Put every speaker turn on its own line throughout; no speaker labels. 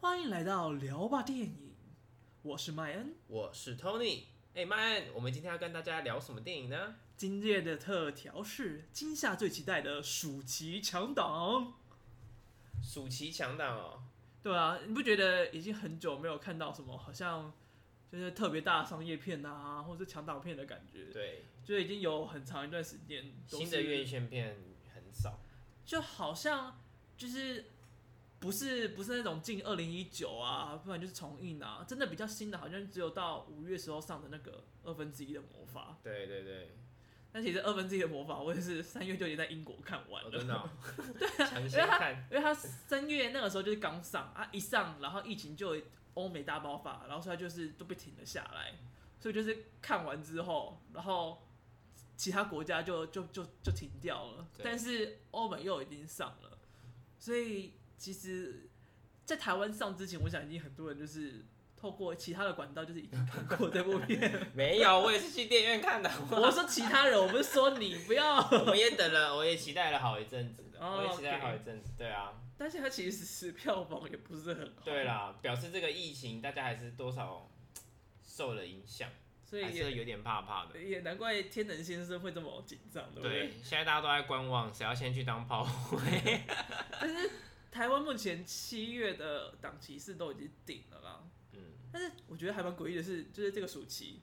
欢迎来到聊吧电影，我是麦恩。
我是 Tony。哎、麦恩，我们今天要跟大家聊什么电影呢？
今夜的特调是今夏最期待的暑期强档。
暑期强档哦，
对啊，你不觉得已经很久没有看到什么好像就是特别大的商业片啊，或者是强档片的感觉？
对，
就已经有很长一段时间都是
新的院线片很少。
就好像就是不是不是那种近二零一九啊，不然就是重映啊，真的比较新的，好像只有到五月时候上的那个二分之一的魔法。
对对对，
但其实二分之一的魔法，我也是三月就已经在英国看完
我
了，
真的、 哦，
啊
抢先看。
因为它三月那个时候就是刚上啊，一上然后疫情就欧美大爆发，然后所以它就是都被停了下来，所以就是看完之后，然后其他国家就就就就停掉了，
对
但是欧美又已经上了，所以其实，在台湾上之前，我想已经很多人就是透过其他的管道就是已经看过这部 片，
没有，我也是去电影院看的。
我说其他人，我不是说你不要。
我们也等了，我也期待了好一阵子的，
哦
我也啊期待
OK
好一阵子。对啊，
但是它其实是票房也不是很好，
对，啦，表示这个疫情大家还是多少受了影响，
所以
还
也
是有点怕怕的。
也难怪天能先生会这么紧张，对不对？
对，现在大家都在观望，谁要先去当 炮灰？
台湾目前七月的档期是都已经定了啦，
嗯，
但是我觉得还蛮诡异的是，就是这个暑期，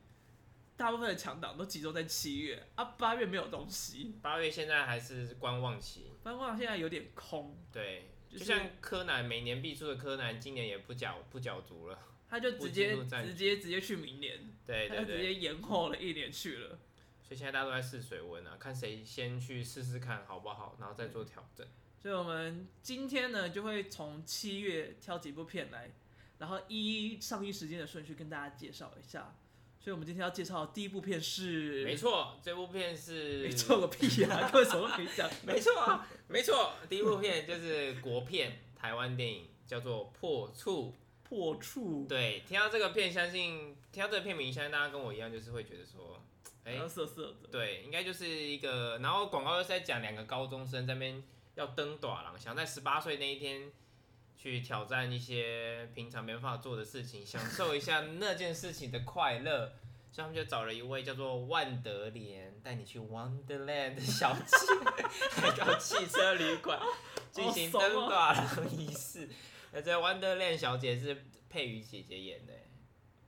大部分的强档都集中在七月啊，八月没有东西，
八月现在还是观望期。
八月现在有点空，
对，
就
就是像柯南每年必出的柯南，今年也不缴不缴 足了。
他就直接
不进入战局
直接直接去明年，
对
他就
对
直
对，
接延后了一年去了。
所以现在大家都在试水温啊，看谁先去试试看好不好，然后再做调整。
所以我们今天呢，就会从七月挑几部片来，然后一一上映时间的顺序跟大家介绍一下。所以我们今天要介绍的第一部片是，
没错，这部片是
没错个屁呀、各位什么都没讲。
没错啊，没错，第一部片就是国片，台湾电影叫做《破处
破》。处，
对，听到这个片，相信听到这个片名，相信大家跟我一样，就是会觉得说，哎、
然后色色的，
对，应该就是一个，然后广告又是在讲两个高中生在那边要登短廊，想在十八岁那一天去挑战一些平常没办法做的事情，享受一下那件事情的快乐。所以他们就找了一位叫做万德莲带你去 Wonderland 的小 姐，还到汽车旅馆进行
好爽
登
哦
短廊仪式。那这 Wonderland 小姐是佩瑜姐姐演的，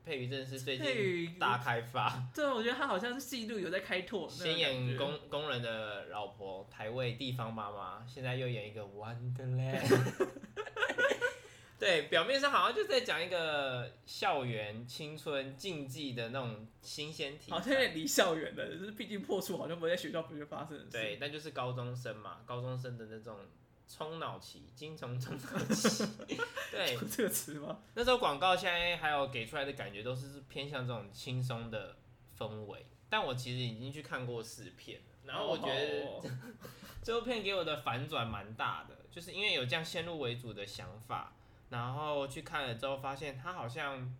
佩瑜真的是最
佩瑜
近大开发。
对，我觉得他好像是戏路有在开拓。
先演，工工人的老婆，台位地方妈妈，现在又演一个 Wonderland。对，表面上好像就在讲一个校园青春竞技的那种新鲜题
好像有
材，
点离校园了，就是毕竟破处好像不在学校不会发生的事。
对，，但就是高中生嘛，高中生的那种冲脑期，精虫冲脑期。对，
这个词吗？
那时候广告现在还有给出来的感觉都是偏向这种轻松的氛围，但我其实已经去看过试片了，然后我觉得。
哦
这部片给我的反转蛮大的，就是因为有这样先入为主的想法，然后去看了之后发现他好像
不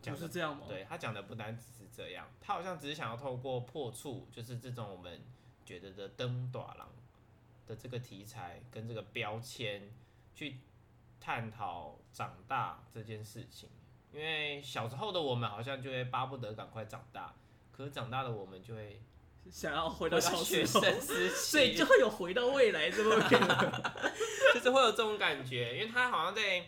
讲
是
的，
这样吗？
对他讲的不单只是这样，他好像只是想要透过破处，就是这种我们觉得的灯短郎的这个题材跟这个标签去探讨长大这件事情，因为小时候的我们好像就会巴不得赶快长大，可是长大的我们就会
想要回到小
学
时候，
生时期，
所以就会有回到未来这部片了。
就是会有这种感觉，因为他好像在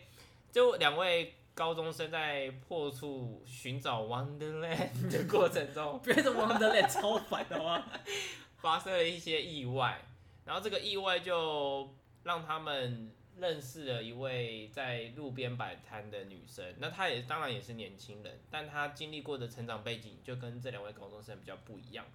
就两位高中生在破处寻找 Wonderland 的过程中，
别的 Wonderland 超烦的吗？
发生了一些意外，然后这个意外就让他们认识了一位在路边摆摊的女生。那她也当然也是年轻人，但她经历过的成长背景就跟这两位高中生比较不一样。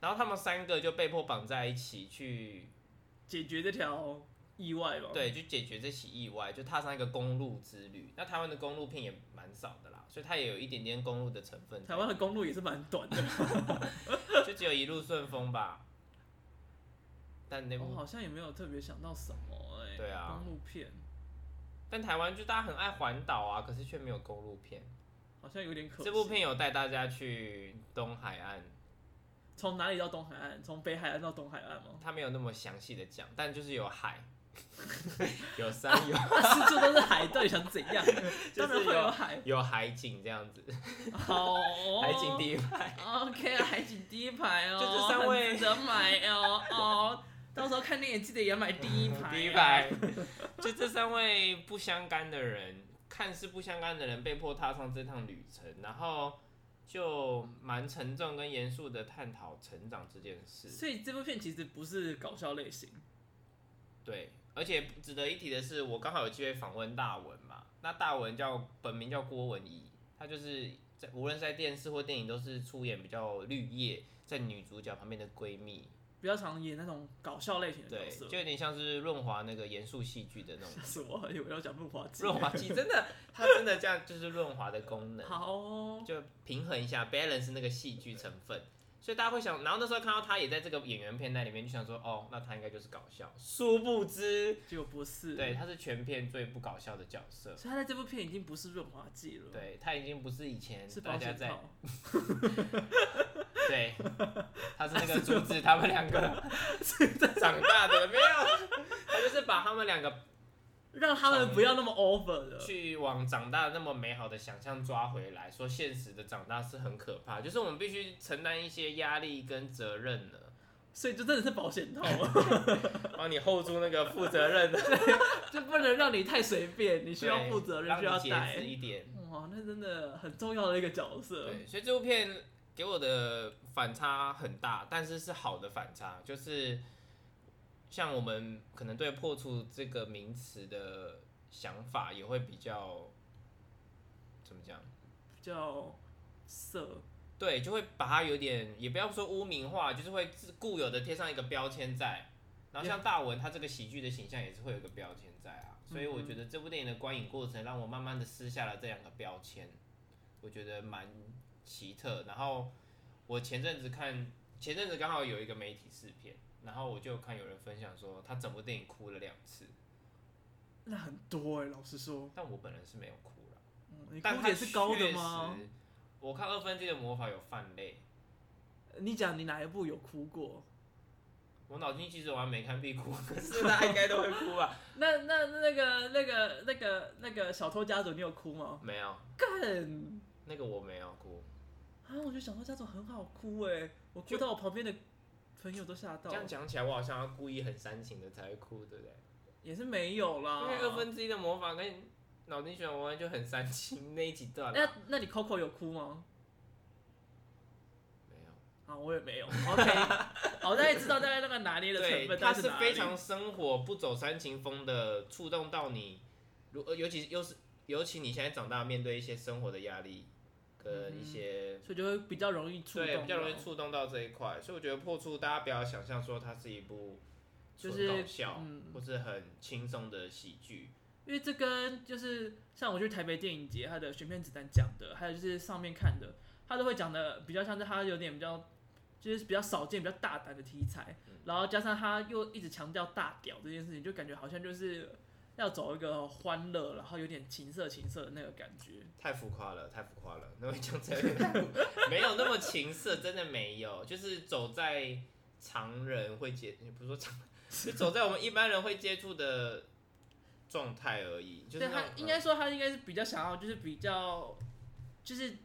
然后他们三个就被迫绑在一起去
解决这条意外哦吧。，
对，去解决这起意外，就踏上一个公路之旅。那台湾的公路片也蛮少的啦，所以它也有一点点公路的成 分
台
在，
湾的公路也是蛮短的，
就只有一路顺风吧。但那
我
部，
好像也没有特别想到什么哎、
对啊
公路片
但台湾就大家很爱环岛啊，可是却没有公路片。
好像有点可惜。
这部片有带大家去东海岸，
从哪里到东海岸？从北海岸到东海岸吗？
它没有那么详细的讲，但就是有海，有山有
四处都是海，到底想怎样？
就
当然
是
会有
有
海。
有海景这样子，
好、哦，
海景第一排，
OK，海景第一排哦，
就这三位
很值得买哦 哦。到时候看电影记得也要买第一排、啊
第一排，哎就这三位不相干的人，看似不相干的人被迫踏上这趟旅程，然后就蛮沉重跟严肃的探讨成长这件事。
所以这部片其实不是搞笑类型，
对，而且值得一提的是，我刚好有机会访问大文嘛，那大文叫本名叫郭文怡，他就是在无论是在电视或电影都是出演比较绿叶在女主角旁边的闺蜜，
比较常演那种搞笑类型的角
对，
色
就。有点像是润滑那个严肃戏剧的那种
吓死我了，以为要讲润滑剂。
润滑 剂，真的，它真的这样就是润滑的功能，
好哦，
就平衡一下 balance 那个戏剧成分。所以大家会想，然后那时候看到他也在这个演员片段里面，就想说，哦，那他应该就是搞笑。殊不知，
就不是。
对，，他是全片最不搞笑的角色。
所以他在这部片已经不是润滑剂了，，
对他已经不是以前
是
大
保
家
险
在
套。
对，他是那个阻止他们两个长大的，没有，他就是把他们两个
让他们不要那么 over 的。
去往长大那么美好的想象抓回来，说现实的长大是很可 怕，就是我们必须承担一些压力跟责任的。
所以就真的是保险 套，
帮哦你 hold 住那个负责任的，
就不能让你太随便，你需要
对
负责任，
让
需
你
要
节
带
制。一点。嗯
哇，那真的很重要的一个角色。
对，所以这部片给我的反差很大，但是是好的反差，就是像我们可能对“破除”这个名词的想法也会比较怎么讲？
叫色，
对，就会把它有点，也不要说污名化，就是会自固有的贴上一个标签在。然后像大文他这个喜剧的形象也是会有一个标签在啊，所以
嗯
我觉得这部电影的观影过程让我慢慢的撕下了这两个标签，我觉得蛮奇特。然后我前阵子看，前阵子刚好有一个媒体试片，然后我就看有人分享说他整部电影哭了两次，
那很多哎、老实说，
但我本人是没有哭了。
嗯、你
但
估
他
点是高的吗
确？实？我看二分之一的魔法有泛泪，
你讲你哪一部有哭过？
我脑筋急转弯没看 必哭，可是大家应该都会哭吧？
那那那个那个那个那个小偷家族，你有哭吗？
没有，
干
那个我没有哭。
啊！我觉得小偷家族很好哭哎、我哭
就
到我旁边的朋友都吓
这
到，
样讲起来，我好像要故意很煽情的才会哭，对不对？
也是没有啦
因。为二分之一的魔法跟脑筋急转弯就很煽情那一几段
那
啦。
那你 Coco 有哭吗？
没有，
啊，我也没 有。OK，好我大概知道大概那个拿捏的成
对，
分，
它
是
是
哪里
非常生活，不走煽情风的，触动到你。如呃尤其又是尤其你现在长大，面对一些生活的压力
嗯
跟一些
所以就会比较容易触动
对，
到，
比较容易触动到这一块，所以我觉得《破处》大家不要想象说它是一部
就是
纯搞笑、
嗯
或是很轻松的喜剧，
因为这跟就是像我去台北电影节，它的选片指南讲的，还有就是上面看的，它都会讲的比较像是它有点比较就是比较少见、比较大胆的题材，
嗯
然后加上它又一直强调大屌这件事情，就感觉好像就是要走一个欢乐，然后有点情色情色的那个感觉。
太浮夸了，太浮夸了，那会讲这个 没有那么情色，真的没有，就是走在常人会接，也不是说常，就走在我们一般人会接触的状态而已，就是
对
那
他
种
应该说他应该是比较想要，就是比较，就是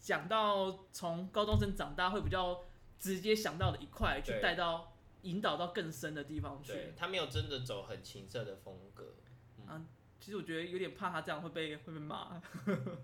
讲到从高中生长大会比较直接想到的一块，去
对
带到引导到更深的地方
嗯
去
对。他没有真的走很情色的风格，
其实我觉得有点怕他这样会被会被
啊
骂。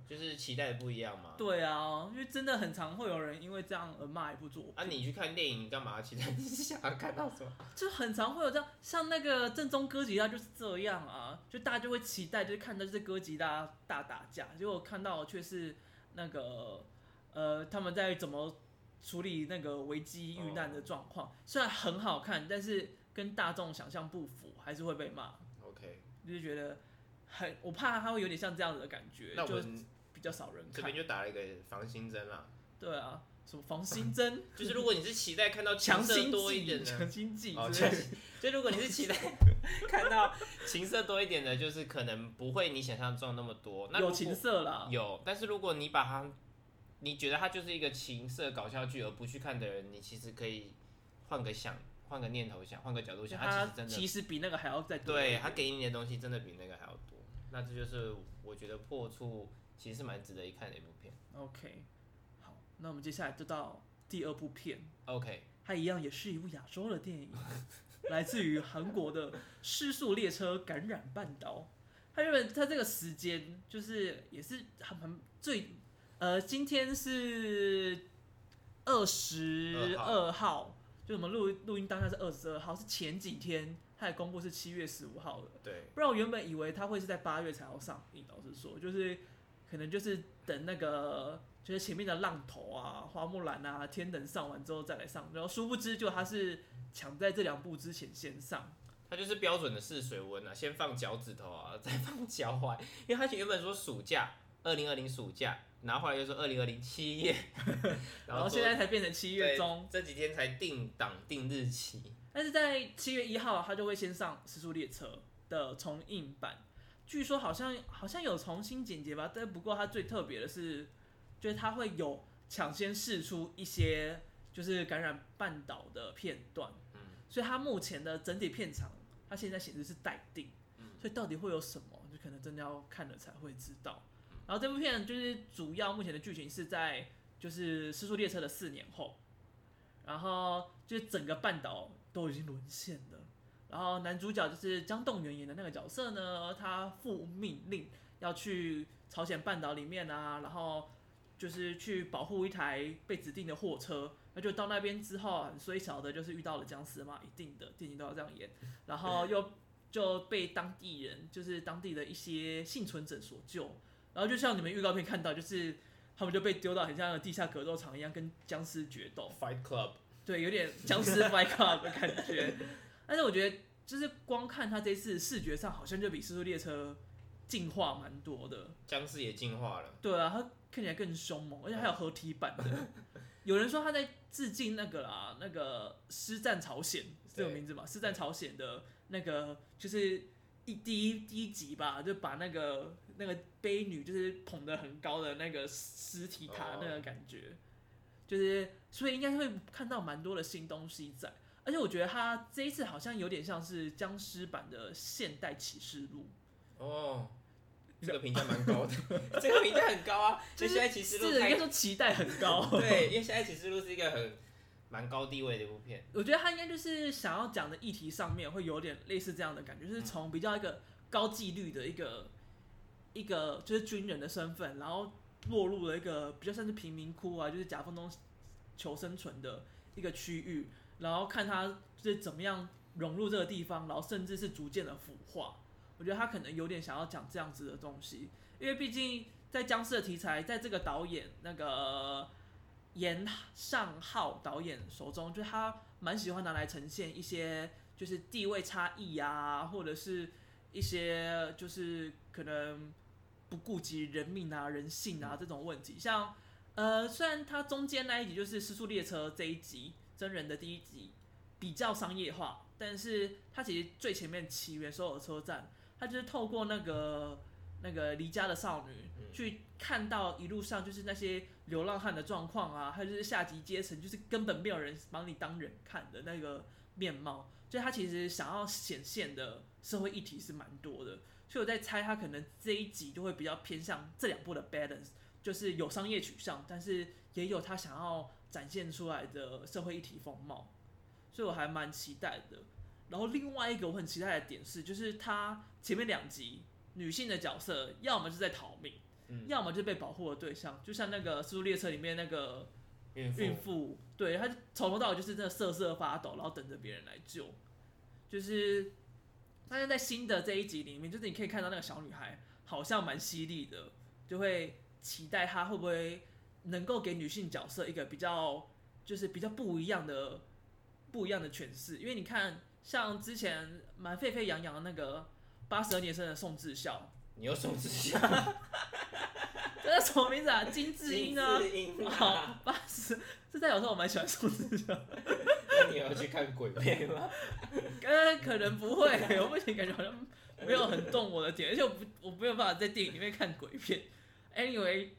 就是期待不一样嘛。
对啊，因为真的很常会有人因为这样而骂一部作品，
啊，你去看电影你干嘛期待？你是想要看到什么？
就很常会有这样，像那个正宗哥吉拉就是这样啊，就大家就会期待，就是看到就是哥吉拉大打架，结果看到却是那个呃他们在怎么处理那个危机遇难的状
哦
况，虽然很好看，但是跟大众想象不符，还是会被骂，
OK，
就是觉得很我怕他会有点像这样子的感觉，
那我
就
们
比较少人
这
看
边。就打了一个防心针啦。
对啊，什么防心针。
就是如果你是期待看到
强
情色
心
多一点
剂，
的，
强心剂
哦，
之类
强
的，
就如果你是期待看到情色多一点的，就是可能不会你想象中那么多。那如
有
果
情色啊啦。
有，但是如果你把它，你觉得它就是一个情色搞笑剧，而不去看的人，你其实可以换个想换个念头想，换个角度
就
想，
他
它其实真的
其实比那个还要再多一
对
点
他给你的东西真的比那个还要多。那这就是我觉得破处其实是蛮值得一看的一部片。
OK，好，那我们接下来就到第二部片，
OK，
它一样也是一部亚洲的电影， 来自于韩国的《失速列车感染半岛》。它原本它这个时间就是也是很很最呃，今天是二十二号，就我们录录音当下是二十二号，是前几天它也公布是七月十五号的。
对，
不然我原本以为它会是在八月才要上映，老实说，就是可能就是等那个就是前面的浪头啊、花木兰啊、天等上完之后再来上，然后殊不知就它是抢在这两部之前先上，
它就是标准的试水温啊， 先放脚趾头啊， 再放脚踝，因为它原本说暑假，二零二零暑假，然后后来又说二零二零七 月，
然后
说
现在才变成七月中，
这几天才定档定日期。
但是在七月一号它就会先上《时速列车》的重映版，据说好像好像有重新剪辑吧，但不过它最特别的是，就是它会有抢先试出一些就是感染半岛的片段。
嗯，
所以它目前的整体片长，它现在显示是待定
嗯，
所以到底会有什么，就可能真的要看了才会知道。
嗯
然后这部片就是主要目前的剧情是在就是《失速列车》的四年后，然后就是整个半岛都已经沦陷了，然后男主角就是姜栋元演的那个角色呢，他奉命令要去朝鲜半岛里面啊，然后就是去保护一台被指定的货车。那就到那边之后，啊很衰小的就是遇到了僵尸嘛，一定的电影都要这样演。然后又就被当地人，就是当地的一些幸存者所救。然后就像你们预告片看到，就是他们就被丢到很像地下格斗场一样，跟僵尸决斗。
Fight Club，
对，有点僵尸 Fight Club 的感觉。但是我觉得，就是光看他这次视觉上，好像就比《失速列车》进化蛮多的。
僵尸也进化了。
对啊，他看起来更凶猛，而且还有合体版 的。有人说他在致敬那个啦，那个《师战朝鲜》是这个
对
名字嘛，《师战朝鲜》的那个就是一第一第一集吧，就把那个那个悲女就是捧得很高的那个尸体塔
哦
那个感觉就是所以应该会看到蛮多的新东西在。而且我觉得他这一次好像有点像是僵尸版的《现代启示录》，
哦，这个评价 蛮高的，这个评价很高啊。
就
就是现在其实录
是应该
太
说期待很高。
对，因为现在其实录是一个很蛮高地位的一部片。
我觉得他应该就是想要讲的议题上面会有点类似这样的感觉，就是从比较一个高纪律的一个一个就是军人的身份，然后落入了一个比较像是贫民窟啊，就是夹缝中求生存的一个区域，然后看他就是怎么样融入这个地方，然后甚至是逐渐的腐化。我觉得他可能有点想要讲这样子的东西，因为毕竟在僵尸的题材，在这个导演那个严尚浩导演手中，就是他蛮喜欢拿来呈现一些就是地位差异啊，或者是一些就是可能不顾及人命啊、人性啊这种问题。像呃，虽然他中间那一集就是《失速列车》这一集真人的第一集比较商业化，但是他其实最前面起源所有车站，他就是透过那个那个离家的少女
嗯
去看到一路上就是那些流浪汉的状况啊，还有就是下级阶层，就是根本没有人把你当人看的那个面貌，就是他其实想要显现的社会议题是蛮多的，所以我在猜他可能这一集就会比较偏向这两部的 balance，就是有商业取向，但是也有他想要展现出来的社会议题风貌，所以我还蛮期待的。然后另外一个我很期待的点是，就是他前面两集女性的角色，要么是在逃命，
嗯，
要么就是被保护的对象，就像那个《速度列车》里面那个
孕妇，
孕妇，对她从头到尾就是真的瑟瑟发抖，然后等着别人来救。就是，但是在新的这一集里面，就是你可以看到那个小女孩好像蛮犀利的，就会期待她会不会能够给女性角色一个比较，就是比较不一样的不一样的诠释。因为你看，像之前蛮沸沸扬扬的那个八十二年生的宋智孝，
你又手 指下，
这是什么名字啊？金智英 啊？
金 智英啊，
好，八十，这代表说我蛮喜欢宋智孝，
那你有要去看鬼片吗？
呃， 可能不会， 我目前感觉好像没有很动我的点，而且我不，我没有办法在电影里面看鬼片。Anyway，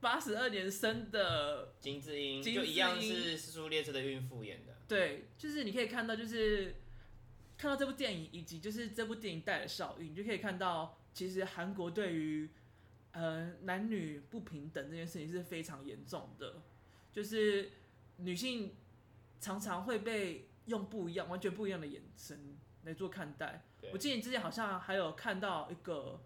八十二年生的，
金智英
金
就一样
智英
是《失速列车》的孕妇演的，
对，就是你可以看到，就是看到这部电影以及就是这部电影带来的效应，你就可以看到，其实韩国对于呃男女不平等这件事情是非常严重的，就是女性常常会被用不一样、完全不一样的眼神来做看待。
对
我记得你之前好像还有看到一个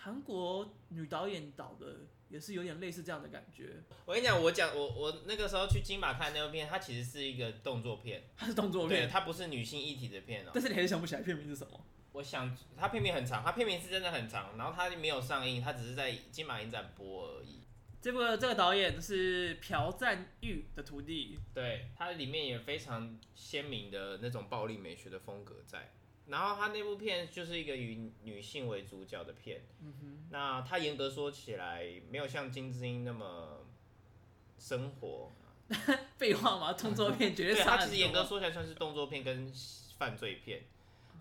韩国女导演导的，也是有点类似这样的感觉。
我跟你讲，我讲我我那个时候去金马看那部片，它其实是一个动作片，
它是动作
对，
片，
它不是女性议题的片哦、
但是你还是想不起来片名是什么。
我想它片名很长，它片名是真的很长，然后它没有上映，它只是在金马影展播而已。
这部这个导演是朴赞玉的徒弟，
对，它里面也非常鲜明的那种暴力美学的风格在。然后它那部片就是一个以女性为主角的片，嗯、那它严格说起来没有像金智英那么生活，
废话嘛，动作片绝
对，
差
它
很
其实严
多
格
啊。
说起来算是动作片跟犯罪片，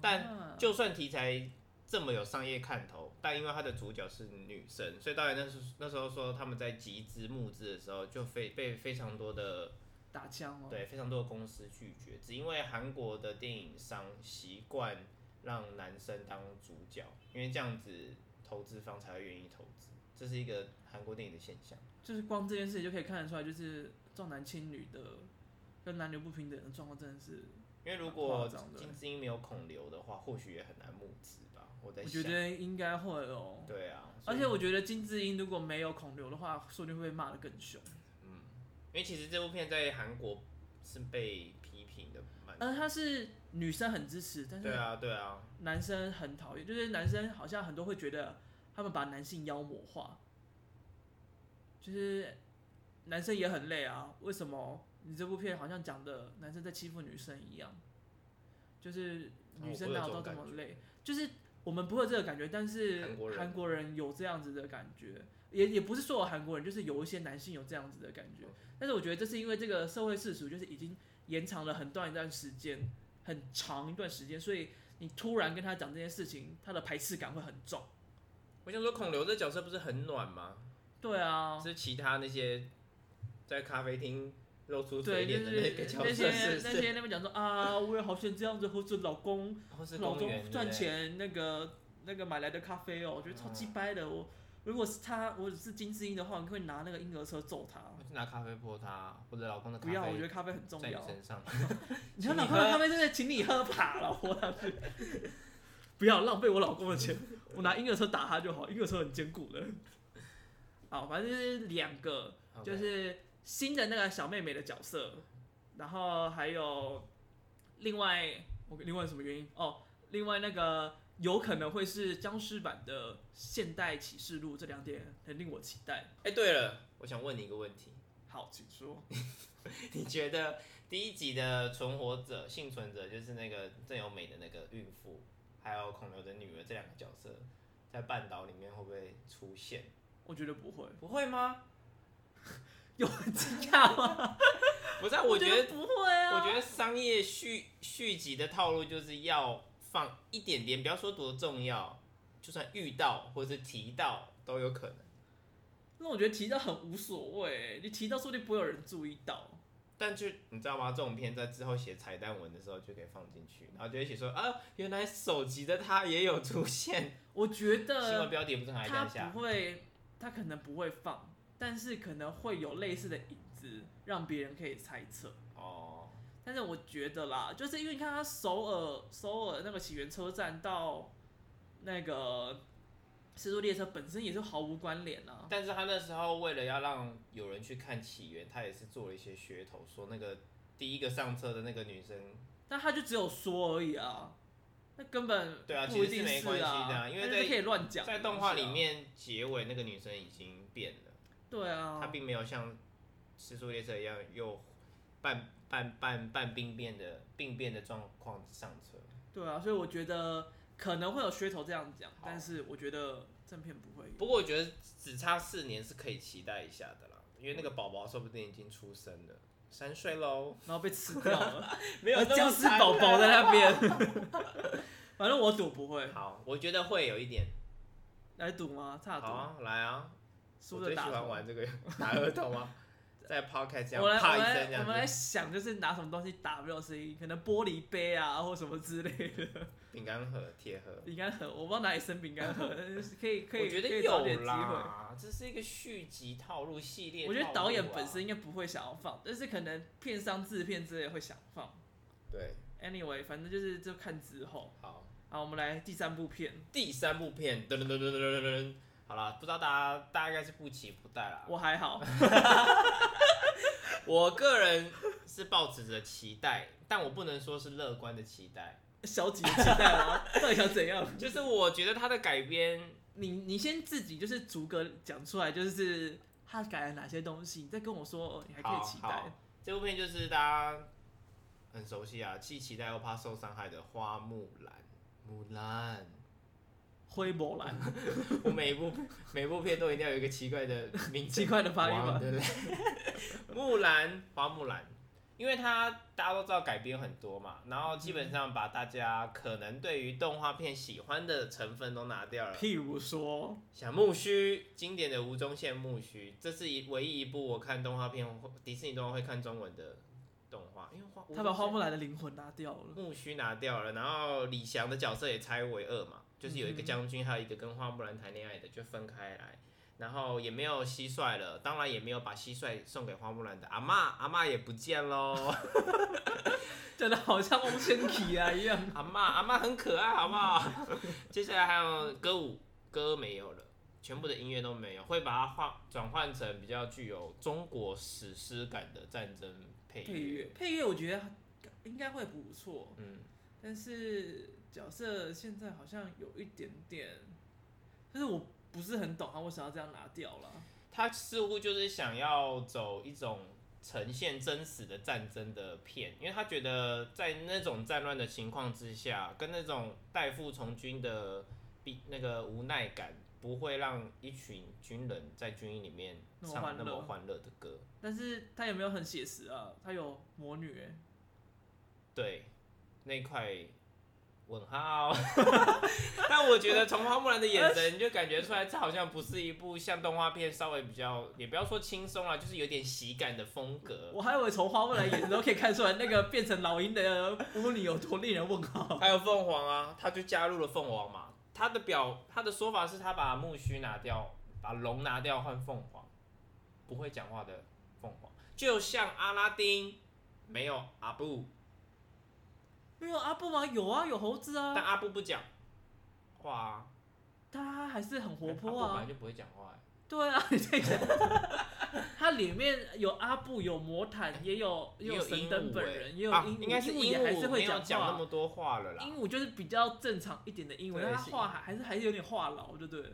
但
啊
就算题材这么有商业看头，但因为它的主角是女生，所以导演那时那时候说他们在集资募资的时候，就非被非常多的
打枪哦，
对非常多的公司拒绝，只因为韩国的电影商习惯让男生当主角，因为这样子投资方才会愿意投资，这是一个韩国电影的现象。
就是光这件事情就可以看得出来，就是重男轻女的跟男女不平等的状况真的是，
因为如
蛮夸
果
张的
金智英没有孔刘的话，或许也很难募资吧。我在
我觉
想，
得应该会哦。
对啊，所
而
以
且我觉得金智英如果没有孔刘的话，说不定会被骂得更凶。
因为其实这部片在韩国是被批评的蛮。
而她呃是女生很支持，但
对
是
啊，对啊，
男生很讨厌，就是男生好像很多会觉得他们把男性妖魔化，就是男生也很累啊。为什么你这部片好像讲的男生在欺负女生一样？就是女生哪有到这么累？就是我们不会有这个感觉，但是
韩国人
韩国人有这样子的感觉，也也不是所有韩国人，就是有一些男性有这样子的感
哦
觉。但是我觉得这是因为这个社会世俗就是已经延长了很段一段时间，很长一段时间，所以你突然跟他讲这件事情，他的排斥感会很重。
我想说孔刘这角色不是很暖吗？
对啊，
是其他那些在咖啡厅露出嘴
对，就
脸的那个
是
角
那
色，
些
是
那
不是？
些那边讲说啊，我也好想这样子，或者老公
或是
老
公
公
园
赚，钱那个那个买来的咖啡哦，我觉得
嗯
超鸡掰的。我如果是他，我是金智英的话，你会拿那个婴儿车揍他。
对不对我就拿咖啡泼他，或者老公的咖
不要，我觉
啡
得咖啡很重
在你
要。
身上。
你说
请你
老公
喝
的咖啡真的，请你喝吧，老婆 他去。不要浪费我老公的钱，我拿婴儿车打他就好，婴儿车很坚固的。好，反正就是两个，
OK
就是新的那个小妹妹的角色，然后还有另外我另外什么原因哦，另外那个有可能会是僵尸版的《现代启示录》，这两点很令我期待。
哎，对了，我想问你一个问题，
好，请说。
你觉得第一集的存活者、幸存者，就是那个郑有美的那个孕妇，还有孔刘的女儿这两个角色，在半岛里面会不会出现？
我觉得不 会，
不会吗？
有很惊讶吗？
不是、啊，我觉得，
不会啊。
我觉得商业续续集的套路就是要放一点点，不要说多重要，就算遇到或是提到都有可能。
那我觉得提到很无所谓，你提到说不定不会有人注意到。
但就你知道吗？这种片在之后写彩蛋文的时候就可以放进去，然后就会写说啊，原来首集的他也有出现。
我觉
新闻
得
标题不是很爱
他
看下
不，会，他可能不会放，但是可能会有类似的影子，让别人可以猜测。
哦，
但是我觉得啦，就是因为你看他首尔首尔那个起源车站到那个失速列车本身也是毫无关联啊。
但是他那时候为了要让有人去看起源，他也是做了一些噱头，说那个第一个上车的那个女生，
但他就只有说而已啊，那根本
对啊
不一
其实
定
是没关系的啊
啊，
因为
那就是
在
可以乱讲的东西啊，
在动画里面结尾那个女生已经变了，
对啊，
她并没有像《失速列车》一样又半半半半病变的病变的状况上车。
对啊，所以我觉得可能会有噱头这样讲
好，
但是我觉得正片不会有。
不过我觉得只差四年是可以期待一下的啦，因为那个宝宝说不定已经出生了，三岁喽，
然后被吃掉了，
没有那 么
僵尸
惨
宝宝在
啦
那边。 反正我赌不会，
好，我觉得会有一点。
来赌吗？差
好
赌。
啊，来啊，
输
我
的
最喜
打
欢
头。
玩这个 打额 头啊，在 podcast 这样
我来，
啪
我
一声
来
这，
我
样
们来
子，
想，就是拿什么东西打不了声音，可能玻璃杯啊，或什么之类的。
饼干盒、铁盒，
饼干盒，我不知道哪里生饼干 盒，但是可以可以，
我觉得
可以找点
有
机会。
啦，这是一个续集套路系列套
我
路啊。
觉得导演本身应该不会想要放，但是可能片商制片之类会想放。
对，
Anyway，反正就是就看之后。
好，
好，我们来第三部片，
第三部片，噔噔噔噔噔噔噔，好啦，不知道大家大概是不期不待啦。
我还好，
我个人是抱持着期待，但我不能说是乐观的期待，
小几的期待吗？到底想怎样？
就是我觉得它的改编，
你你先自己就是逐个讲出来，就是他改了哪些东西，你再跟我说，哦你还可
好
以期待
好。这部片就是大家很熟悉啊，既期待又怕受伤害的花木兰。木兰，
灰波兰，
我每一部每部片都一定要有一个奇怪的名字
奇，怪的发音吧。
对不对？ 木兰，花木兰，因为它大家都知道改编很多嘛，然后基本上把大家可能对于动画片喜欢的成分都拿掉了。
譬如说，
小木须，经典的吴宗宪木须，这是一唯一一部我看动画片，迪士尼动画会看中文的动画，因为花
他把花木
兰
兰的灵魂拿掉了。
木须拿掉了，然后李翔的角色也拆为二嘛，就是
嗯
有一个将军，还有一个跟花木兰谈恋爱的，就分开来。然后也没有蟋蟀了，当然也没有把蟋蟀送给花木兰的阿嬷，阿嬷也不见喽。
真的好像翁千奇啊一样。
阿嬷阿嬷很可爱，好不 好？接下来还有歌舞，歌没有了，全部的音乐都没有，会把它换转换成比较具有中国史诗感的战争配
配乐
乐。，
配乐我觉得应该会不错，
嗯，
但是角色现在好像有一点点，但是我不是很懂他为什么要这样拿掉了。
他似乎就是想要走一种呈现真实的战争的片，因为他觉得在那种战乱的情况之下，跟那种代父从军的比那个无奈感，不会让一群军人在军营里面
那么
唱
欢
那
乐
么欢乐的歌。
但是他也没有很写实啊，他有魔女、欸，
对，那块问号。 但我觉得从花木兰的眼神，你就感觉出来，这好像不是一部像动画片稍微比较，也不要说轻松啦，就是有点喜感的风格。
我还以为从花木兰眼神都可以看出来那个变成老鹰的巫女有多令人问号。
还有凤凰啊，他就加入了凤凰嘛。他的表，他的说法是他把木须拿掉，把龙拿掉换凤凰，不会讲话的凤凰，就像阿拉丁没有阿布，
没有阿布吗？有啊，有猴子
但
啊，
阿布不讲话啊，
他还是很活泼
阿布本来
啊。
就不会讲话、欸。
对啊， 你在讲，它里面有阿布，有魔毯，也有也
也有
神
鹦
灯
鹉
本
欸
人，也有
啊
鹦鹉，
应该是
鹦
鹦
鹉也还是
没
会
有讲那
话
么。多话了啦。
鹦鹉就是比较正常一点的鹦鹉，
对
但它
是
话还还是还是有点话痨，就对了。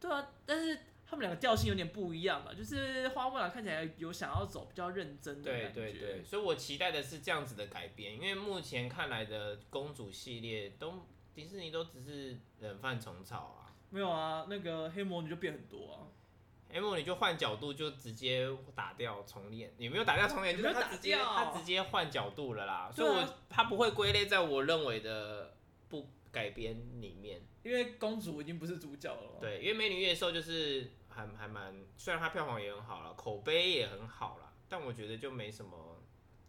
对啊，但是他们两个调性有点不一样吧，就是花木兰看起来有想要走比较认真的
对
感觉。
对对，所以我期待的是这样子的改编，因为目前看来的公主系列都迪士尼都只是冷饭虫草啊。
没有啊，那个黑魔女就变很多啊，
M 你就换角度就直接打掉重练，也没有打掉重练，就
有没
是
有
他
打
直接
掉
他直接换角度了啦，所以
对
我
啊
他不会归类在我认为的不改编里面。
因为公主已经不是主角了。，
对，因为《美女与野兽》就是还还蛮，虽然它票房也很好了，口碑也很好啦，但我觉得就没什么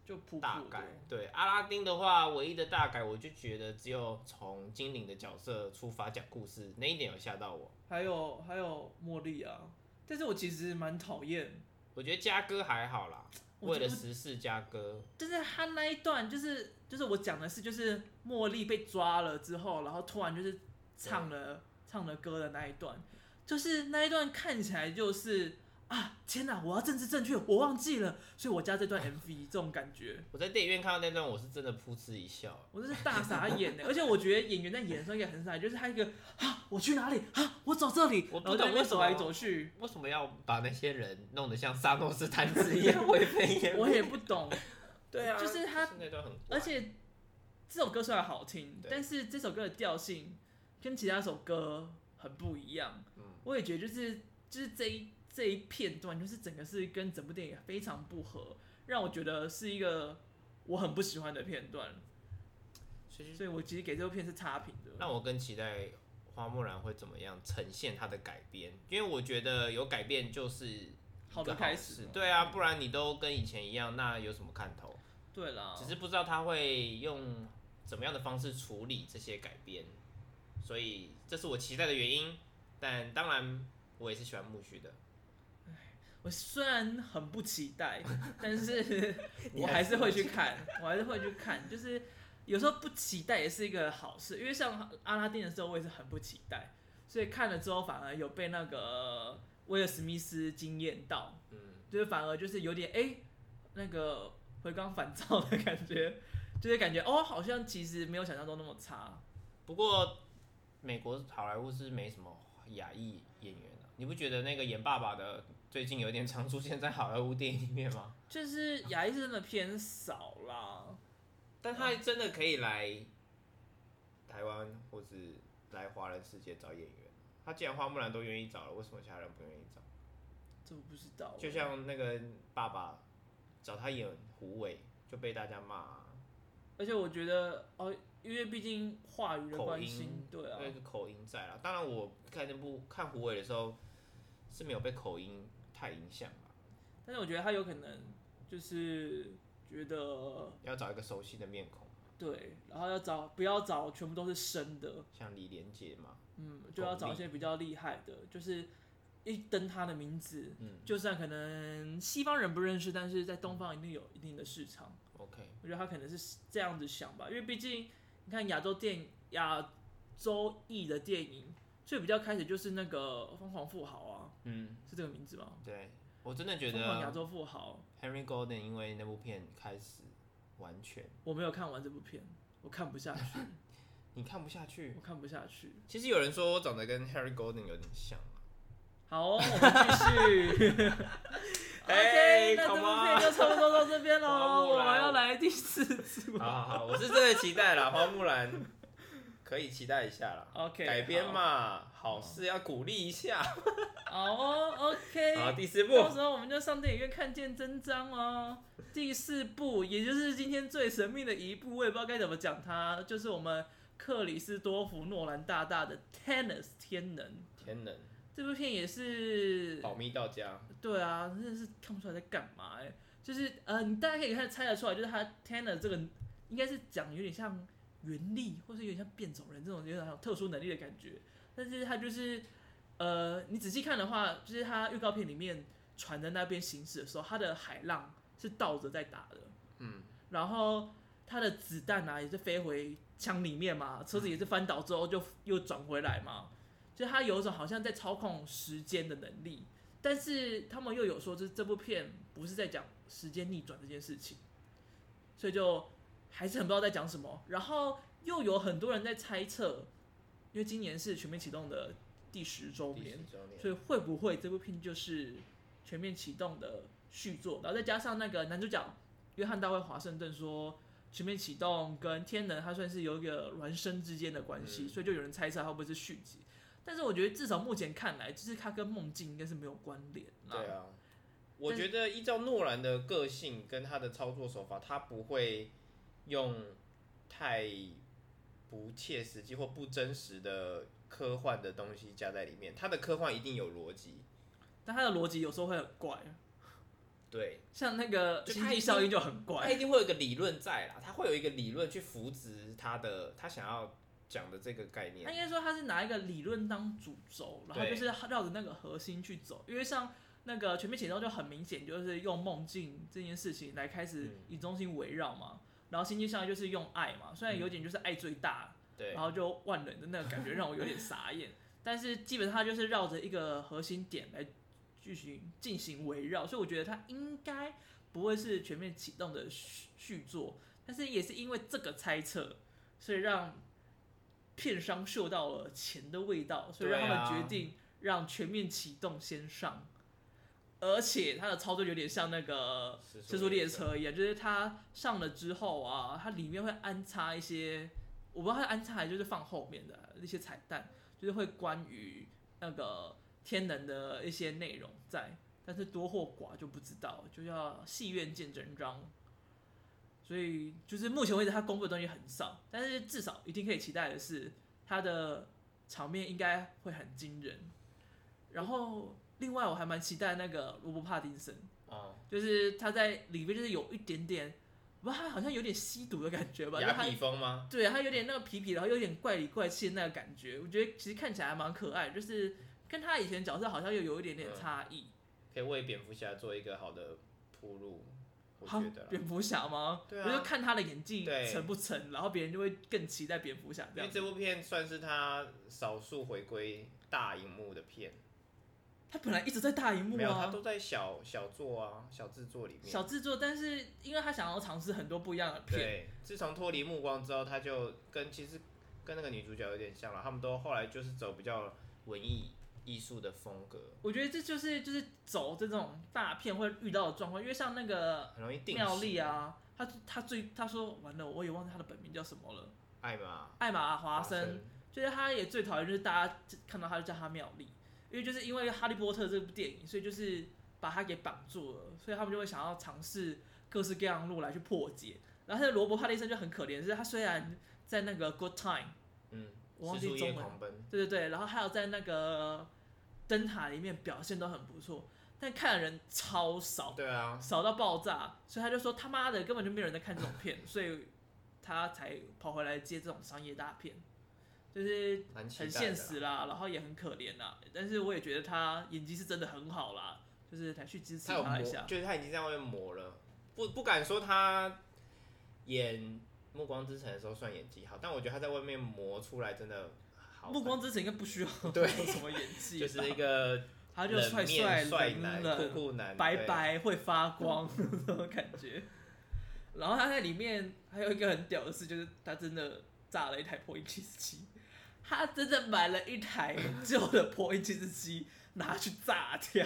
就普普
大
的
改。对，阿拉丁的话，唯一的大改，我就觉得只有从精灵的角色出发讲故事那一点有吓到我。
还有还有茉莉啊，但是我其实蛮讨厌，
我觉得嘉哥还好啦，
我
为
觉
了
得
时事嘉哥，
就是他那一段，就是就是我讲的是，就是茉莉被抓了之后，然后突然就是唱了唱了歌的那一段，就是那一段看起来就是啊，天哪，我要政治正确，我忘记了，所以我加这 段 MV 这种感觉，
我在电影院看到那段，我是真的噗嗤一笑。
我真是大傻眼欸呢。而且我觉得演员在演的时候也很傻，就是他一个啊，我去哪里啊，我走这里，
我不
然后在那
懂
边
为什
走
么
来走去，
为什么要把那些人弄得像沙诺斯坦子一样 灰飞烟
我
灭？
也不懂，
对啊，
就是他
那段很怪，
而且这首歌虽然好听，
对
但是这首歌的调性跟其他首歌很不一样。
嗯
我也觉得就是就是这一这一片段，就是整个是跟整部电影非常不合，让我觉得是一个我很不喜欢的片段，
所以就
所以我其实给这部片是差评的。
让我更期待花木兰会怎么样呈现它的改编，因为我觉得有改变就是一个
好的开始
事对啊，不然你都跟以前一样，那有什么看头？
对啦，
只是不知道他会用怎么样的方式处理这些改编，所以这是我期待的原因。但当然，我也是喜欢木须的。
我虽然很不期待，但是
你
我
还
还
是
是会去看，我还是会去看。就是有时候不期待也是一个好事，因为像阿拉丁的时候，我也是很不期待，所以看了之后反而有被那个威尔史密斯惊艳到，
嗯，
就是反而就是有点哎、诶那个回光返照的感觉， 就是感觉哦，好像其实没有想象中那么差。
不过美国好莱坞是没什么亚裔演员的、你不觉得那个演爸爸的最近有点常出现在好莱坞电影里面吗？
就是牙医是真的偏少啦，
但他真的可以来台湾或是来华人世界找演员。他既然花木兰都愿意找了，为什么其他人不愿意找？
这我不知道。
就像那个爸爸找他演胡伟就被大家骂啊，
而且我觉得哦，因为毕竟话语的
口
关
音
系，对啊，
那个口音在啦。当然，我看那部看胡伟的时候是没有被口音太影响了，
但是我觉得他有可能就是觉得
要找一个熟悉的面孔，
对，然后要找不要找全部都是生的，
像李连杰嘛，
嗯，就要找一些比较厉害的，就是一登他的名字，
嗯
就算可能西方人不认识，但是在东方一定有一定的市场。
，OK，
我觉得他可能是这样子想吧，因为毕竟你看亚洲电亚洲裔的电影最比较开始就是那个《疯狂富豪》啊，
嗯，
是这个名字吗？
对我真的觉
疯狂亚
得
洲富豪，
Henry Golden 因为那部片开始完全
我没有看完这部片，我看不下去，
你看不下去
我。看不下去。
其实有人说我长得跟 Henry Golden 有点像啊，
好、哦，我们继续。OK，
Hey，
那这
哎 come
部片就差不多到这 边
花
喽，
木
我
兰
们要来第四组。
好啊好好，我是真的期待 了，花木兰可以期待一下了。
OK，
改编嘛，
好
好事要鼓励一下。
好。好哦
好，
，OK，
第四
到
部
时候我们就上电影院看见真章哦。第四部，也就是今天最神秘的一部，我也不知道该怎么讲它，就是我们克里斯多夫诺兰大大的《Tennis 天能》
天能
这部片也是
保密到家，
对啊，真的是看不出来在干嘛哎、就是呃，你大家可以看猜得出来，就是他 Tanner 这个应该是讲有点像原力，或是有点像变种人这种有点像特殊能力的感觉。但是他就是呃，你仔细看的话，就是他预告片里面船在那边行驶的时候，他的海浪是倒着在打的，
嗯，
然后他的子弹啊也是飞回枪里面嘛，车子也是翻倒之后就又转回来嘛，就他有一种好像在操控时间的能力，但是他们又有说，就是这部片不是在讲时间逆转这件事情，所以就还是很不知道在讲什么，然后又有很多人在猜测，因为今年是全面启动的第十周
第
年
十，周年，啊
所以会不会这部片就是《全面启动》的续作？然后再加上那个男主角约翰·大卫·华盛顿说，《全面启动》跟《天能》它算是有一个孪生之间的关系，
嗯
所以就有人猜测它会不会是续集。但是我觉得至少目前看来，就是它跟梦境应该是没有关联啦。
对啊，我觉得依照诺兰的个性跟他的操作手法，他不会用太不切实际或不真实的科幻的东西加在里面，他的科幻一定有逻辑。
但它的逻辑有时候会很怪，
对，
像那个《
就
星
它
际
一定
效应》就很
他
怪。
一定会有一个理论在啦，他会有一个理论去扶植他的他想要讲的这个概
他应
念。
该说他是拿一个理论当主轴，然后
对
就是绕着那个核心去走。因为像那个全面启动就很明显，就是用梦境这件事情来开始
嗯
以中心围绕嘛。然后星际上就是用爱嘛，虽然
嗯
有点就是爱最大，
对
然，后就万能的那个感觉让我有点傻眼。 但是基本上它就是绕着一个核心点来进行进行围绕，所以我觉得它应该不会是全面启动的续续作。但是也是因为这个猜测，所以让片商嗅到了钱的味道，所以让
对啊
他们决定让全面启动先上。而且它的操作有点像那个
是
蜘蛛列，车一样，就是它上了之后啊，它里面会安插一些，我不知道它安插还就是放后面的一些彩蛋，就是会关于那个天能的一些内容在，但是多或寡就不知道，就要戏院见真章。所以就是目前为止，它公布的东西很少，但是至少一定可以期待的是，它的场面应该会很惊人。然后另外我还蛮期待那个罗伯·帕丁森，
哦，
就是他在里面就是有一点点，哇，他好像有点吸毒的感觉吧，就
雅
他
痞风吗？
对他有点那个痞痞，然后有点怪里怪气的那个感觉，我觉得其实看起来还蛮可爱，就是跟他以前角色好像又有一点点差异。
可以为蝙蝠侠做一个好的铺路，嗯我
好
觉得啦，
蝙蝠侠吗？
对啊
我就看他的演技
对
成不成，然后别人就会更期待蝙蝠侠这
因为
样。
这部片算是他少数回归大荧幕的片，
他本来一直在大荧幕
没有他
啊，
都在小小作啊、小制作里面。
小制作，但是因为他想要尝试很多不一样的片，
对，自从脱离目光之后，他就跟其实跟那个女主角有点像了，他们都后来就是走比较文艺艺术的风格，
我觉得这就是就是走这种大片会遇到的状况，因为像那个
很容易定
妙
型
丽，啊，他他最他说完了，我也忘记他的本名叫什么了，
艾玛
艾玛华森。
森，
就是他也最讨厌就是大家看到他就叫他妙丽，因为就是因为《哈利波特》这部电影，所以就是把他给绑住了，所以他们就会想要尝试各式各样的路来去破解。然后他的罗伯·帕丁森就很可怜，是他虽然在那个《Good Time》，
嗯，
我忘
时
记
速
中
夜
文
狂奔，
对对对，然后还有在那个灯塔里面表现都很不错，但看的人超少，
对啊，
少到爆炸，所以他就说他妈的根本就没有人在看这种片，所以他才跑回来接这种商业大片，就是
蛮期
很
待
现
的啦。
实啦，然后也很可怜啦，但是我也觉得他演技是真的很好啦，就是来去支持
他有
他
磨
一下，。
就是他已经在外面磨了，不不敢说他演《暮光之城》的时候算演技好，但我觉得他在外面磨出来真的好很。
目光之城应该不需要
对
什么演技吧，
就是一个
他就
冷
帅
面帅
冷
男、酷
冷
酷男，
白
对。
白会发光 那种感觉。然后他在里面还有一个很屌的事，就是他真的炸了一台破音七十七，他真的买了一台旧的破音七十七拿去炸掉，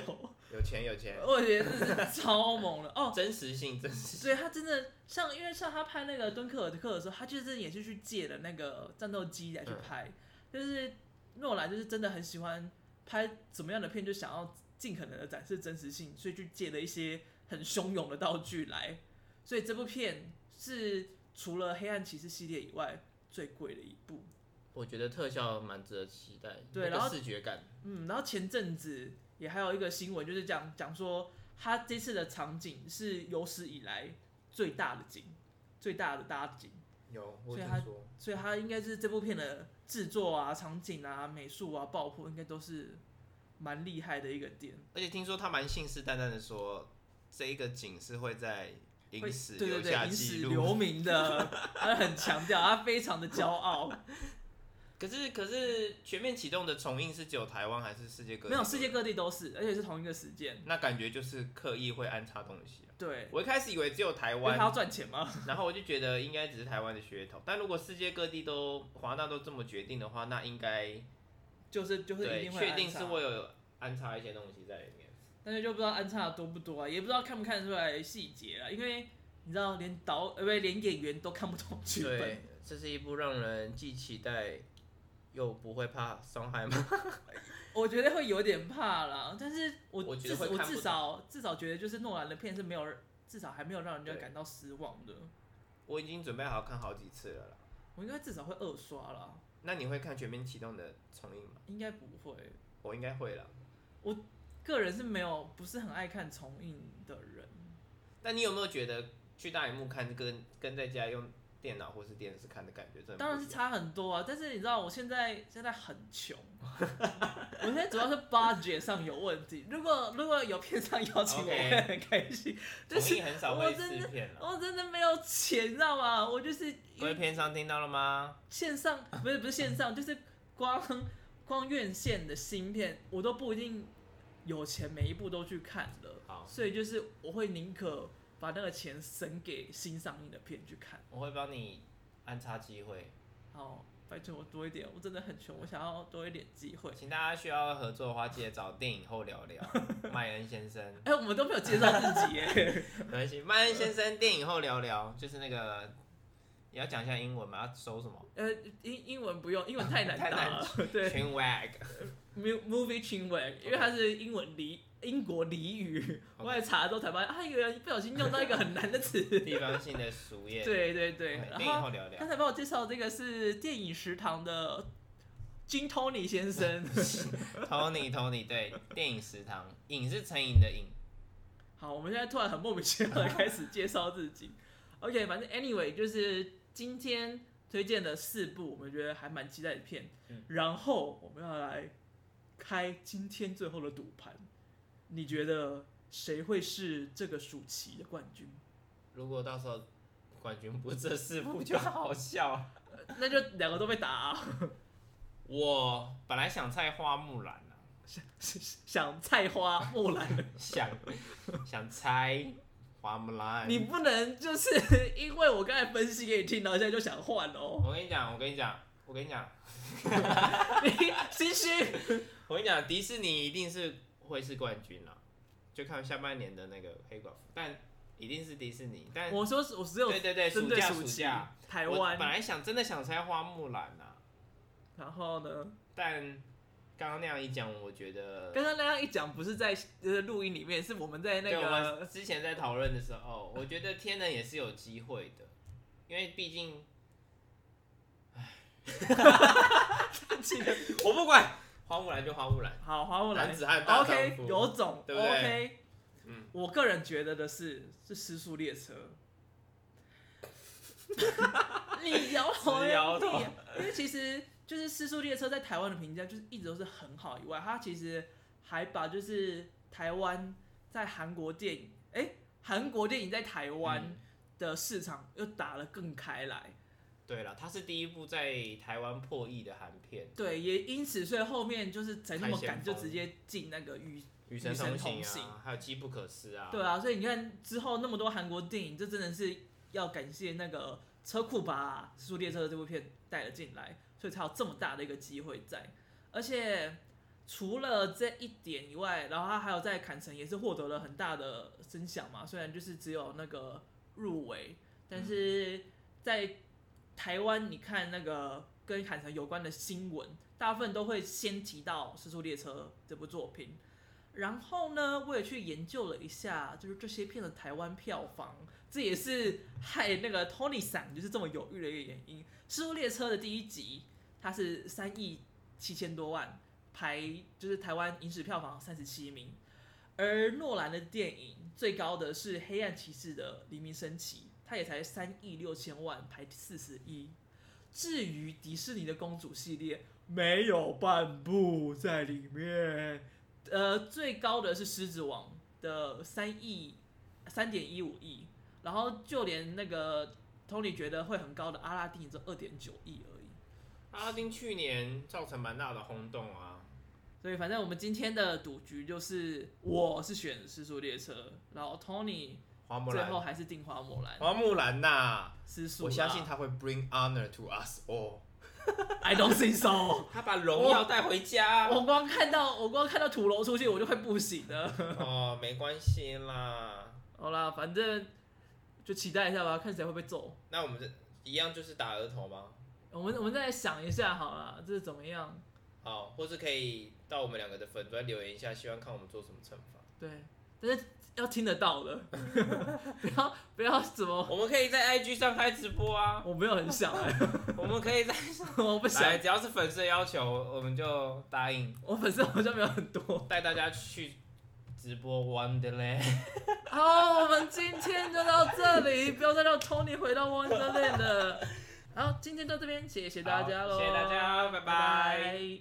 有钱有钱，
我觉得这是超猛了哦。
真实性真 实性。
所以他真的像，因为像他拍那个《敦刻尔克》的时候，他就是也是去借了那个战斗机来去拍，就是诺兰就是真的很喜欢拍怎么样的片，就想要尽可能的展示真实性，所以去借了一些很汹涌的道具来。所以这部片是除了《黑暗骑士》系列以外最贵的一部。
我觉得特效蛮值得期待，
对
那个
然后
视觉感，
嗯，然后前阵子也还有一个新闻，就是讲讲说他这次的场景是有史以来最大的景，最大的搭景。
有
所
我
以
听
他
说，
所以它应该是这部片的制作啊、场景啊、美术啊、爆破，应该都是蛮厉害的一个点。
而且听说他蛮信誓旦旦的说，这一个景是会在
会
影史
对对
留
对，
下
影
记
史
录
留。名 的，他很强调，他非常的骄傲。
可是可是全面启动的重映是只有台湾还是世界各地？
没有，世界各地都是，而且是同一个时间。
那感觉就是刻意会安插东西啊。
对，
我一开始以为只有台
因为他要
湾，
赚钱嘛。
然后我就觉得应该只是台湾的噱头。但如果世界各地都华纳都这么决定的话，那应该
就是就是一
对
定会
确
安
定是
插，
会有安插一些东西在里面。
但是就不知道安插的多不多啊，也不知道看不看得出来细节啊了，因为你知道连导呃不对连演员都看不懂剧本，
对，这是一部让人既期待又不会怕伤害吗？
我觉得会有点怕啦，但是我
我觉
至
得会
我
看不
至少至少觉得就是诺兰的片是没有，至少还没有让人家感到失望的。
我已经准备好看好几次了啦。
我应该至少会二刷啦，
那你会看《全面启动》的重映吗？
应该不会。
我应该会啦。
个人是没有不是很爱看重映的人，
但你有没有觉得去大荧幕看跟跟在家用电脑或是电视看的感觉真的不一样？
当然是差很多啊。但是你知道我现在现在很穷， 我现在主要是 budget 上有问题。如果如果有片商邀请我，我
OK
会很开心。但
重
是
映很少
我
会
真
试
的哦
片了。
我真的没有钱，你知道吗？我就是因
各
为
位片商听到了吗？
线上
啊
不是不是线上，就是光光院线的芯片，我都不一定有钱，每一部都去看了。
好
所以就是我会宁可把那个钱省给新上映的片去看。
我会帮你安插机会，
好，拜托我多一点，我真的很穷，我想要多一点机会。
请大家需要合作的话，记得找电影后 聊聊。麦恩先生，
哎、我们都没有介绍自己 耶。
没关系，麦恩先生电影后聊聊，就是那个也要讲一下英文嘛，要搜什么
呃，英英文不用，英文太难
太难
打了。 对
Chin Wag，
，mu-，movie chin w a g 因为它是英文俚英国俚语，我也查了之后才发现，啊，原来不小心用到一个很难的词。
地方性的俗谚。
对对对，
哎
然
电影
后
后聊聊
刚。才帮我介绍这个是电影食堂的金托尼先生。
Tony Tony 对，电影食堂，影是成瘾的瘾，
好，我们现在突然很莫名其妙的开始介绍自己。OK，反正 anyway 就是今天推荐的四部，我们觉得还蛮期待的片。
嗯
然后我们要来开今天最后的赌盘，你觉得谁会是这个暑期的冠军？
如果到时候冠军不是这四部就好笑。
那就两个都被打、啊。
我本来想菜花木兰啊，
想菜花木兰，
想想猜花木兰。
你不能就是 因为我刚才分析给你听，然后现在就想换哦，
我跟你讲，我跟你讲，我跟你讲，
你心虚。
我跟你讲，迪士尼一定是会是冠军啦，就看下半年的那个黑寡妇，但一定是迪士尼。但
我说是我只有
对对对，
针
暑
对
假
暑
暑
期
假，
台
我本
湾，
来想真的想猜花木兰啊，
然后呢？
但刚刚那样一讲，我觉得
刚刚那样一讲，不是在呃录音里面，是我们在那
对我们
个
之前在讨论的时候，我觉得天能也是有机会的，因为毕竟
这个
我不管花木兰就花木兰，
好花木兰
男子汉大丈
OK
夫
有种
对不对
OK，
嗯
我个人觉得的是是失速列车。你摇头
直
呀，
摇头
你呀因为其实就是《失速列车》在台湾的评价就是一直都是很好以外，它其实还把就是台湾在韩国电影，哎、韩国电影在台湾
嗯
的市场又打得更开来，
对了，它是第一部在台湾破亿的韩片，
对，也因此，所以后面就是才那么
开先
赶，
锋
就直接进那个预。
与神
与神
行
同行
啊，还有机不可失啊，
对，啊，所以你看之后那么多韩国电影，这真的是要感谢那个车库把《速列车》这部片带了进来，所以才有这么大的一个机会在。而且除了这一点以外，然后他还有在坎城也是获得了很大的声响嘛，虽然就是只有那个入围，但是在台湾你看那个跟坎城有关的新闻，大部分都会先提到《时速列车》这部作品。然后呢，我也去研究了一下，就是这些片的台湾票房，这也是害那个 Tony 伞就是这么犹豫的一个原因。《失速列车》的第一集，它是三亿七千多万，排就是台湾影史票房三十七名。而诺兰的电影最高的是《黑暗骑士》的《黎明升起》，它也才三亿六千万，排四十一。至于迪士尼的公主系列，没有半部在里面。呃，最高的是《狮子王》的三亿三点一五亿，然后就连那个 Tony 觉得会很高的《阿拉丁》也只二点九亿而已。
阿拉丁去年造成蛮大的轰动啊，
所以反正我们今天的赌局就是，我是选《失速列车》，然后 Tony
花木
最
兰
后，还是定花木兰。
花木兰呐、
失速啦，啊
我相信他会 bring honor to us all，
I don't think so。
他把荣耀带回家。
我光看到我光看到土楼出去，我就快不行了。
哦，没关系啦，
好啦，反正就期待一下吧，看谁会被揍。
那我们这一样就是打额头吗？
我们我们再来想一下好了，这是怎么样？
好，或是可以到我们两个的粉专留言一下，希望看我们做什么惩罚。
对，但是要听得到 的，不要不要怎么，
我们可以在 IG 上开直播啊，
我没有很想、 欸，
我们可以在
我不想
来，，只要 是啊粉丝的要求，我们就答应
我粉丝好像没有很多。
带大家去直播 Wonderland。
好，我们今天就到这 里，不要再让 Tony 回到 Wonderland 了。好，今天到这边，谢谢大家喽，
好谢谢大家拜
拜
拜
拜